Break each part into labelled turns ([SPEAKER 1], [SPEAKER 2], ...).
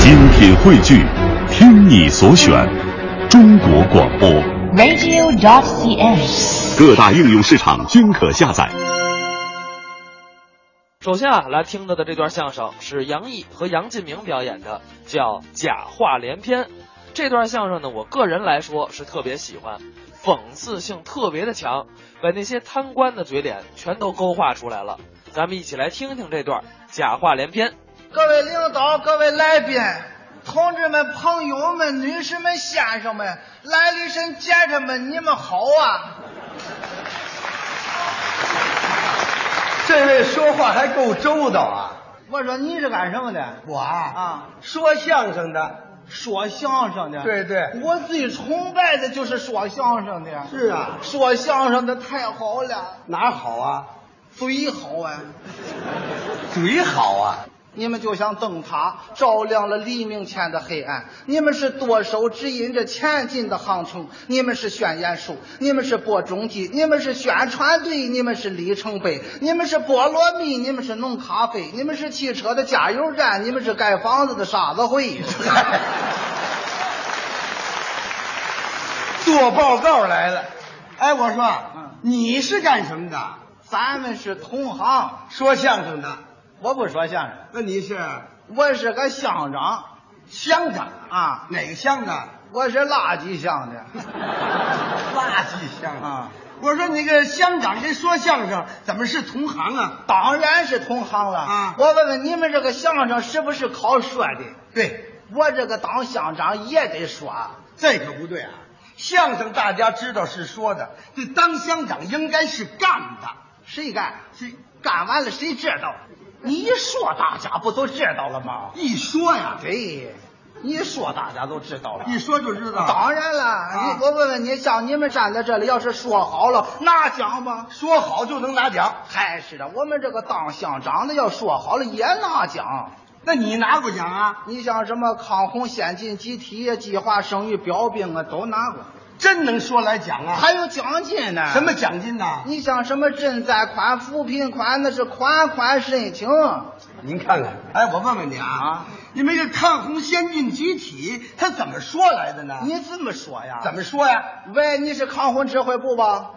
[SPEAKER 1] 精品汇聚，听你所选，中国广播。
[SPEAKER 2] radio.cn。
[SPEAKER 1] 各大应用市场均可下载。
[SPEAKER 3] 首先啊，来听到的这段相声是杨毅和杨进明表演的，叫《假话连篇》。这段相声呢，我个人来说是特别喜欢，讽刺性特别的强，把那些贪官的嘴脸全都勾画出来了。咱们一起来听听这段《假话连篇》。
[SPEAKER 4] 各位领导、各位来宾、同志们、朋友们、女士们、先生们、来旅神、姐姐们，你们好啊！
[SPEAKER 5] 这位说话还够周到啊！
[SPEAKER 4] 我说你是干什么的？
[SPEAKER 5] 我啊
[SPEAKER 4] 啊，
[SPEAKER 5] 说相声的，
[SPEAKER 4] 说相声的。
[SPEAKER 5] 对对
[SPEAKER 4] 我最崇拜的就是说相声的。
[SPEAKER 5] 是啊
[SPEAKER 4] 说相声的太好了，
[SPEAKER 5] 哪好啊？
[SPEAKER 4] 嘴好啊！
[SPEAKER 5] 嘴好啊！
[SPEAKER 4] 你们就像灯塔，照亮了黎明前的黑暗。你们是舵手，指引着前进的航程。你们是宣言书，你们是播种机，你们是宣传队，你们是里程碑，你们是菠萝蜜，你们是弄咖啡，你们是汽车的加油站，你们是盖房子的沙子会。
[SPEAKER 5] 做报告来了。哎，我说，
[SPEAKER 4] 嗯
[SPEAKER 5] 你是干什么的？
[SPEAKER 4] 咱们是同行，
[SPEAKER 5] 说相声的。
[SPEAKER 4] 我不说相声，
[SPEAKER 5] 那你是
[SPEAKER 4] 我是个乡长，
[SPEAKER 5] 乡长
[SPEAKER 4] 啊
[SPEAKER 5] 哪个乡的？
[SPEAKER 4] 我是垃圾乡的。
[SPEAKER 5] 垃圾乡
[SPEAKER 4] 啊！
[SPEAKER 5] 我说你个乡长跟说相声怎么是同行啊？
[SPEAKER 4] 当然是同行了
[SPEAKER 5] 啊
[SPEAKER 4] 我问问你们这个相声是不是靠说的？
[SPEAKER 5] 对，
[SPEAKER 4] 我这个当乡长也得说，
[SPEAKER 5] 这可不对啊！相声大家知道是说的，这当乡长应该是干的。
[SPEAKER 4] 谁干谁干完了谁知道？你一说大家不都知道了吗？
[SPEAKER 5] 一说呀，
[SPEAKER 4] 对，你说大家都知道了。
[SPEAKER 5] 一说就知道。
[SPEAKER 4] 当然了，
[SPEAKER 5] 啊
[SPEAKER 4] 你我问问你，像你们站在这里，要是说好了拿奖吗？
[SPEAKER 5] 说好就能拿奖。
[SPEAKER 4] 还是的，我们这个当乡长的要说好了也拿奖。
[SPEAKER 5] 那你拿过奖啊？
[SPEAKER 4] 你像什么抗洪先进集体呀、计划生育标兵啊，都拿过，
[SPEAKER 5] 真能说来奖啊？
[SPEAKER 4] 还有奖金呢。
[SPEAKER 5] 什么奖金呐？
[SPEAKER 4] 你像什么赈灾款、扶贫款，那是款款申请。
[SPEAKER 5] 您看看，哎，我问问你啊，
[SPEAKER 4] 啊
[SPEAKER 5] 你们这抗洪先进集体，他怎么说来的呢？
[SPEAKER 4] 你这么说呀？
[SPEAKER 5] 怎么说呀？
[SPEAKER 4] 喂，你是抗洪指挥部吧？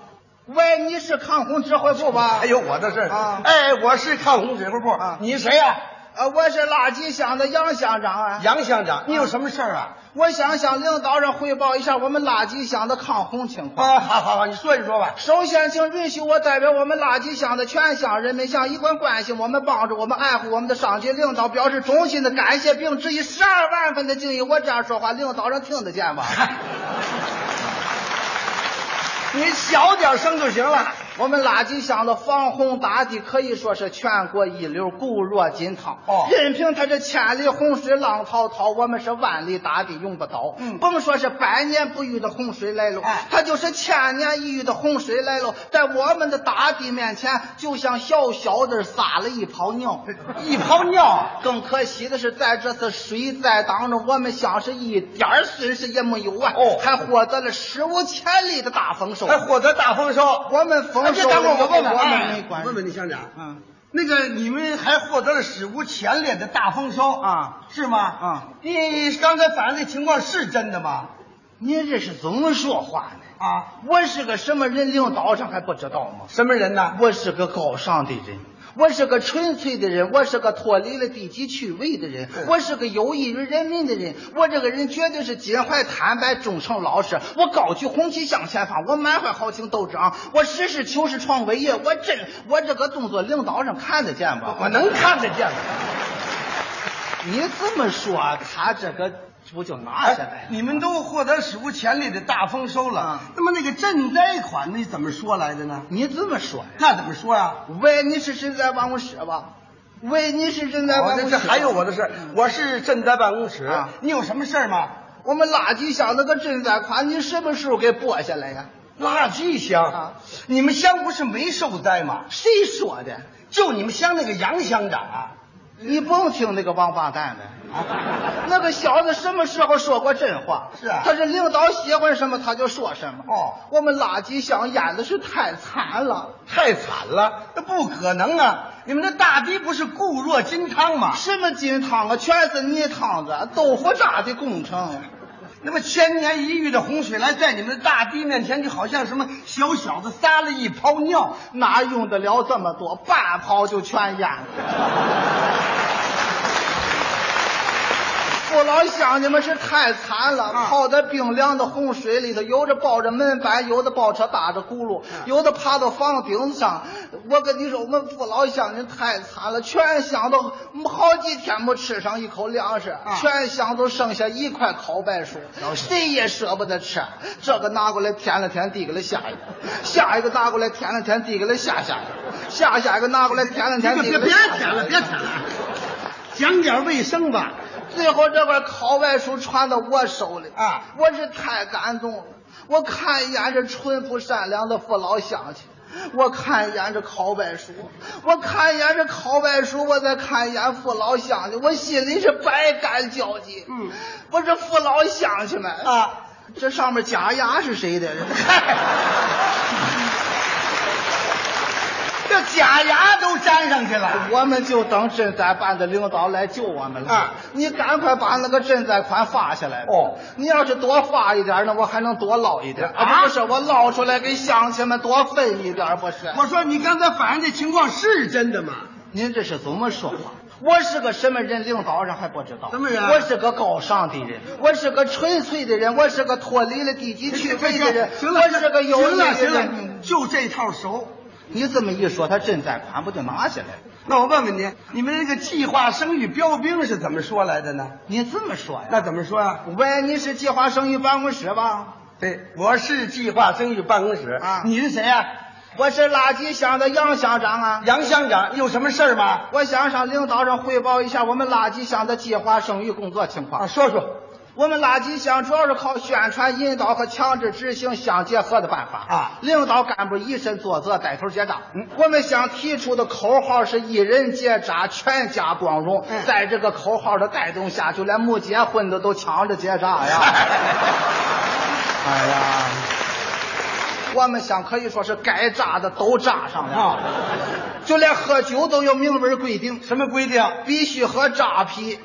[SPEAKER 4] 喂，你是抗洪指挥部吧？
[SPEAKER 5] 还有哎我的事儿
[SPEAKER 4] 啊
[SPEAKER 5] 哎，我是抗洪指挥部，
[SPEAKER 4] 啊
[SPEAKER 5] 你谁呀、
[SPEAKER 4] 呃，我是垃圾乡的杨乡长啊。
[SPEAKER 5] 杨乡长，你有什么事儿啊？
[SPEAKER 4] 我想向领导人汇报一下我们垃圾乡的抗洪情况。
[SPEAKER 5] 啊，好好好，你说一说吧。
[SPEAKER 4] 首先，请允许我代表我们垃圾乡的全乡人民向有关关心我们、帮助我们、爱护我们的上级领导表示衷心的感谢，并致以十二万分的敬意。我这样说话，领导人听得见吗？
[SPEAKER 5] 你小点声就行了。
[SPEAKER 4] 我们垃圾箱的防洪打底可以说是全国一流，固若金汤。
[SPEAKER 5] 哦
[SPEAKER 4] 任凭它这千里洪水浪滔滔，我们是万里打底永不倒。
[SPEAKER 5] 嗯
[SPEAKER 4] 甭说是百年不遇的洪水来了，
[SPEAKER 5] 哎
[SPEAKER 4] 它就是千年一遇的洪水来了，在我们的打底面前，就像小小的撒了一泡尿。
[SPEAKER 5] 一泡尿啊，
[SPEAKER 4] 更可惜的是，在这次水灾当中，我们乡是一点儿损失也没有啊！
[SPEAKER 5] 哦
[SPEAKER 4] 还获得了史无前例的大丰收。
[SPEAKER 5] 还获得大丰收。
[SPEAKER 4] 我们丰收
[SPEAKER 5] 哎这等会儿我问问
[SPEAKER 4] 我
[SPEAKER 5] 啊
[SPEAKER 4] 们没关系
[SPEAKER 5] 问问你乡长，
[SPEAKER 4] 嗯。
[SPEAKER 5] 那个你们还获得了史无前例的大丰收
[SPEAKER 4] 啊，
[SPEAKER 5] 是吗？
[SPEAKER 4] 啊，
[SPEAKER 5] 你刚才反映这情况是真的吗？
[SPEAKER 4] 您这是怎么说话呢？
[SPEAKER 5] 啊，
[SPEAKER 4] 我是个什么人，领导上还不知道吗？
[SPEAKER 5] 什么人呢？
[SPEAKER 4] 我是个高尚的人，我是个纯粹的人，我是个脱离了低级趣味的人，我是个有益于人民的人。我这个人绝对是襟怀坦白、忠诚老实。我高举红旗向前方，我满怀豪情斗志昂，我实事求是创伟业。我这我这个动作，领导上看得见吧？
[SPEAKER 5] 我能看得见吗？
[SPEAKER 4] 你这么说，他这个不就拿下来了？
[SPEAKER 5] 哎你们都获得史无前例的大丰收了
[SPEAKER 4] 啊，
[SPEAKER 5] 那么那个赈灾款你怎么说来的呢？
[SPEAKER 4] 你这么说呀？
[SPEAKER 5] 那怎么说呀？
[SPEAKER 4] 喂，你是赈灾办公室吧？喂，你是赈灾
[SPEAKER 5] 我
[SPEAKER 4] 办
[SPEAKER 5] 这
[SPEAKER 4] 公室吧、
[SPEAKER 5] 哦
[SPEAKER 4] 嗯
[SPEAKER 5] 这还有我的事儿，我是赈灾办公室。
[SPEAKER 4] 啊
[SPEAKER 5] 你有什么事儿吗？
[SPEAKER 4] 我们垃圾箱那个赈灾款，你什么时候给拨下来呀、
[SPEAKER 5] 垃圾乡
[SPEAKER 4] 啊
[SPEAKER 5] 你们乡不是没受灾吗？
[SPEAKER 4] 谁说的？
[SPEAKER 5] 就你们乡那个杨乡长啊，
[SPEAKER 4] 你甭听那个王八蛋的，
[SPEAKER 5] 那个小子什么时候说过真话？
[SPEAKER 4] 是啊
[SPEAKER 5] 他是领导喜欢什么他就说什么。
[SPEAKER 4] 哦
[SPEAKER 5] 我们垃圾箱演的是太惨了。
[SPEAKER 4] 太惨了，那不可能啊！你们这大堤不是固若金汤吗？
[SPEAKER 5] 什么金汤啊，全是泥汤子，啊豆腐渣的工程。
[SPEAKER 4] 那么千年一遇的洪水来，在你们的大堤面前，就好像什么小小子撒了一泡尿。
[SPEAKER 5] 哪用得了这么多？半泡就全淹了。父老乡亲们是太惨了，
[SPEAKER 4] 啊
[SPEAKER 5] 泡在冰凉的洪水里头，有的抱着门板，有的抱着打着轱
[SPEAKER 4] 嗯
[SPEAKER 5] 辘，有的爬到房顶上。我跟你说，我们父老乡亲太惨了，全乡都好几天没吃上一口粮食，
[SPEAKER 4] 啊
[SPEAKER 5] 全乡都剩下一块烤白薯，谁也舍不得吃。这个拿过来舔了舔，递给了下一个，下一个拿过来舔了舔，递给了下下一个，下下一个拿过来舔了舔，递给了下下一个
[SPEAKER 4] 别舔了，讲点卫生吧。
[SPEAKER 5] 最后这本考外书传到我手里
[SPEAKER 4] 啊
[SPEAKER 5] 我是太感动了。我看一眼这淳朴善良的父老乡亲，我看一眼这考外书，我看一眼这考外书，我再看一眼父老乡亲，我心里是百感交集。
[SPEAKER 4] 嗯，
[SPEAKER 5] 我这父老乡亲们
[SPEAKER 4] 啊，
[SPEAKER 5] 这上面假牙是 谁的？
[SPEAKER 4] 这假牙都粘上去了。
[SPEAKER 5] 我们就等赈灾办的领导来救我们了。
[SPEAKER 4] 啊
[SPEAKER 5] 你赶快把那个赈灾款发下来吧。
[SPEAKER 4] 哦
[SPEAKER 5] 你要是多发一点呢，我还能多捞一点
[SPEAKER 4] 啊
[SPEAKER 5] 不是，我捞出来给乡亲们多分一点，不是？
[SPEAKER 4] 我说你刚才反映这情况是真的吗？
[SPEAKER 5] 您这是怎么说话？我是个什么人，领导人还不知道。
[SPEAKER 4] 什么人
[SPEAKER 5] 我是个高尚的人，我是个纯粹的人，我是个脱离了低级趣味的人，
[SPEAKER 4] 行了，
[SPEAKER 5] 我是个有
[SPEAKER 4] 行
[SPEAKER 5] 用
[SPEAKER 4] 了，
[SPEAKER 5] 的
[SPEAKER 4] 行
[SPEAKER 5] 人
[SPEAKER 4] 了，。就这套熟。
[SPEAKER 5] 你这么一说，他赈灾款不就拿下来了？
[SPEAKER 4] 那我问问您，你们这个计划生育标兵是怎么说来的呢？
[SPEAKER 5] 你这么说呀？
[SPEAKER 4] 那怎么说啊？
[SPEAKER 5] 喂，你是计划生育办公室吧？
[SPEAKER 4] 对，哎我是计划生育办公室
[SPEAKER 5] 啊
[SPEAKER 4] 你是谁呀、
[SPEAKER 5] 我是垃圾箱的杨乡长啊，
[SPEAKER 4] 杨乡长，有什么事儿吗？
[SPEAKER 5] 我想向领导上汇报一下我们垃圾箱的计划生育工作情
[SPEAKER 4] 啊，
[SPEAKER 5] 况。
[SPEAKER 4] 说说
[SPEAKER 5] 我们垃圾箱主要是靠宣传、引导和强制执行相结合的办法
[SPEAKER 4] 啊
[SPEAKER 5] 领导干部以身作则，带头结账。嗯我们想提出的口号是“一人结扎，全家光荣”
[SPEAKER 4] 嗯
[SPEAKER 5] 在这个口号的带动下，就连没结婚的都抢着结扎呀！哎呀，我们想可以说是该扎的都扎上了。
[SPEAKER 4] 啊，
[SPEAKER 5] 就连喝酒都有明文规定，
[SPEAKER 4] 什么规定？
[SPEAKER 5] 必须喝扎啤。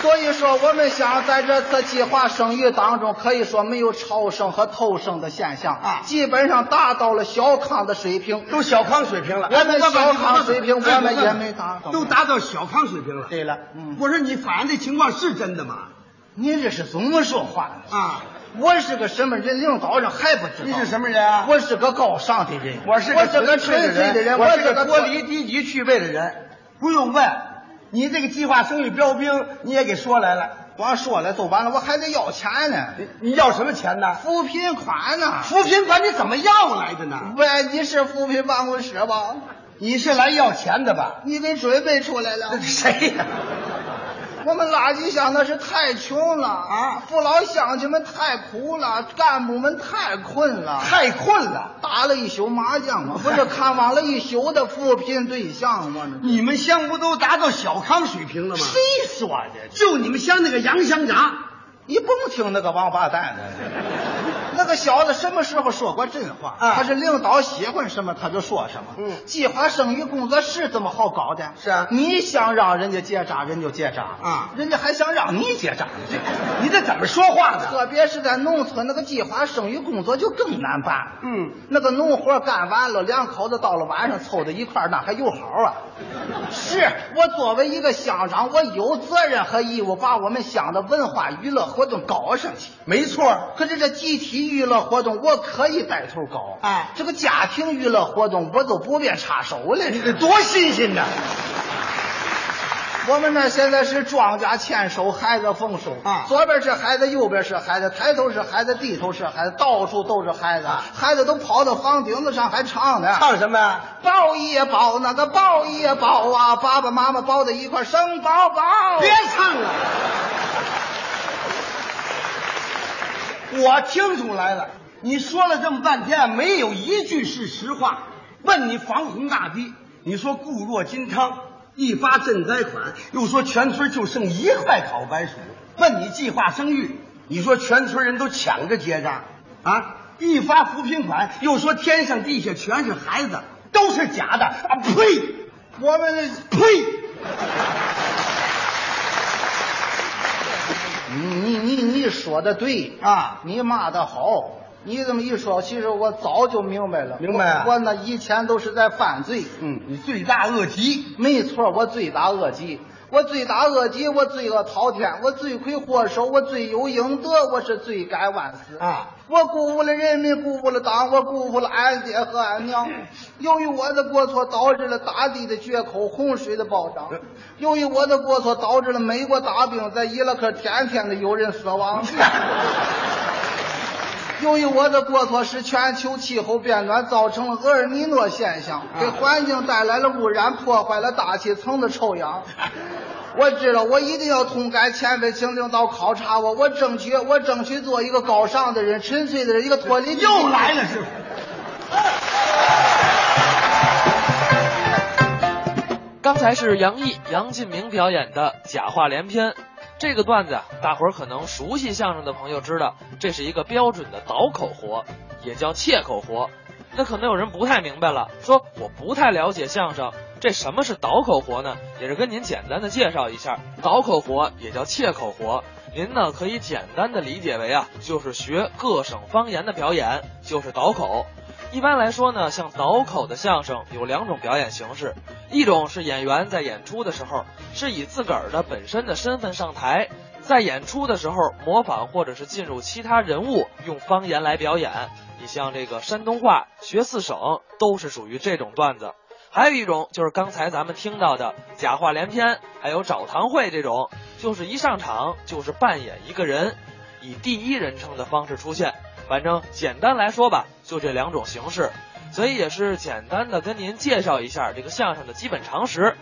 [SPEAKER 5] 所以说，我们想在这次计划生育当中，可以说没有超生和偷生的现象
[SPEAKER 4] 啊
[SPEAKER 5] 基本上达到了小康的水平。
[SPEAKER 4] 都小康水平了，
[SPEAKER 5] 我们
[SPEAKER 4] 哎
[SPEAKER 5] 小康水平
[SPEAKER 4] 哎
[SPEAKER 5] 我们也
[SPEAKER 4] 哎
[SPEAKER 5] 没达到
[SPEAKER 4] 都达到小康水平了。
[SPEAKER 5] 对了，嗯，
[SPEAKER 4] 我说你反映这情况是真的吗？
[SPEAKER 5] 你这是怎么说话呢？
[SPEAKER 4] 啊，
[SPEAKER 5] 我是个什么人，领导人还不知道。
[SPEAKER 4] 你是什么人啊？
[SPEAKER 5] 我是个高尚的人，
[SPEAKER 4] 我是个
[SPEAKER 5] 我是个纯粹的人，
[SPEAKER 4] 我是
[SPEAKER 5] 是
[SPEAKER 4] 个脱离低级趣味的人，不用问，你这个计划生育标兵你也给说来了，
[SPEAKER 5] 光说了都完了，我还得要钱呢，
[SPEAKER 4] 你你要什么钱呢？
[SPEAKER 5] 扶贫款呢。
[SPEAKER 4] 扶贫款你怎么要来的呢？
[SPEAKER 5] 喂，你是扶贫办公室吧？
[SPEAKER 4] 你是来要钱的吧？
[SPEAKER 5] 你给准备出来了
[SPEAKER 4] 这。谁呀、
[SPEAKER 5] 我们垃圾箱那是太穷了啊，父老乡亲们太苦了，干部们太困了。
[SPEAKER 4] 太困了，
[SPEAKER 5] 打了一宿麻将啊，不是看望了一宿的扶贫对象 吗？
[SPEAKER 4] 你们乡不都达到小康水平了吗？
[SPEAKER 5] 谁说的？
[SPEAKER 4] 就你们乡那个杨乡长
[SPEAKER 5] 你甭听那个王八蛋 的，那个小子什么时候说过真话？
[SPEAKER 4] 啊
[SPEAKER 5] 他是领导喜欢什么他就说什么。
[SPEAKER 4] 嗯
[SPEAKER 5] 计划生育工作是这么好搞的？
[SPEAKER 4] 是啊
[SPEAKER 5] 你想让人家结扎，人就结扎
[SPEAKER 4] 啊
[SPEAKER 5] 人家还想让你结扎。
[SPEAKER 4] 你这怎么说话呢？
[SPEAKER 5] 特别是在农村，那个计划生育工作就更难办。
[SPEAKER 4] 嗯，
[SPEAKER 5] 那个农活干完了，两口子到了晚上凑到一块儿，那还有好啊。是我作为一个乡长，我有责任和义务把我们乡的文化娱乐活动搞上去。
[SPEAKER 4] 没错，
[SPEAKER 5] 可是这集体娱乐活动，我可以带头搞。
[SPEAKER 4] 哎
[SPEAKER 5] 这个家庭娱乐活动，我都不便插手了。
[SPEAKER 4] 你这多新鲜呐！
[SPEAKER 5] 我们那儿现在是庄稼牵手，孩子丰收
[SPEAKER 4] 啊
[SPEAKER 5] 左边是孩子，右边是孩子，抬头是孩子，低头是孩子，到处都是孩子，
[SPEAKER 4] 啊
[SPEAKER 5] 孩子都跑到房顶子上还唱呢。
[SPEAKER 4] 唱什么呀？
[SPEAKER 5] 抱一抱，那个抱一抱啊，爸爸妈妈抱在一块儿生宝宝。
[SPEAKER 4] 别唱了，我听出来了，你说了这么半天，没有一句是实话。问你防洪大堤，你说固若金汤，一发赈灾款，又说全村就剩一块烤白薯，问你计划生育，你说全村人都抢着结扎啊！一发扶贫款，又说天上地下全是孩子，都是假的啊！呸！
[SPEAKER 5] 我们
[SPEAKER 4] 呸！
[SPEAKER 5] 你你你说的对
[SPEAKER 4] 啊
[SPEAKER 5] 你骂的好。你这么一说，其实我早就明白了。
[SPEAKER 4] 明白啊
[SPEAKER 5] 我我那以前都是在犯罪。
[SPEAKER 4] 嗯，你罪大恶极，
[SPEAKER 5] 没错，我罪大恶极，我罪大恶极，我罪恶滔天，我罪魁祸首，我罪有应得，我是罪该万死
[SPEAKER 4] 啊！
[SPEAKER 5] 我辜负了人民，辜负了党，我辜负了俺爹和俺娘。由于我的过错，导致了大地的决口，洪水的暴涨；由于我的过错，导致了美国大兵在伊拉克天天的有人死亡。 由于我的过错，使全球气候变暖造成了厄尔尼诺现象，给环境带来了污染，破坏了大气层的臭氧。我知道，我一定要痛改前非，请领导考察我，我争取，我争取做一个高尚的人、纯粹的人，一个脱离
[SPEAKER 4] 又来了是吧？
[SPEAKER 3] 刚才是杨毅、杨进明表演的假话连篇。这个段子啊，大伙儿可能熟悉相声的朋友知道，这是一个标准的倒口活，也叫切口活。那可能有人不太明白了，说我不太了解相声，这什么是倒口活呢？也是跟您简单的介绍一下，倒口活也叫切口活。您呢可以简单的理解为啊，就是学各省方言的表演，就是倒口。一般来说呢，像倒口的相声有两种表演形式，一种是演员在演出的时候是以自个儿的本身的身份上台，在演出的时候模仿或者是进入其他人物，用方言来表演。你像这个山东话、学四省都是属于这种段子。还有一种就是刚才咱们听到的假话连篇，还有找堂会这种，就是一上场就是扮演一个人，以第一人称的方式出现。反正简单来说吧，就这两种形式，所以也是简单的跟您介绍一下这个相声的基本常识。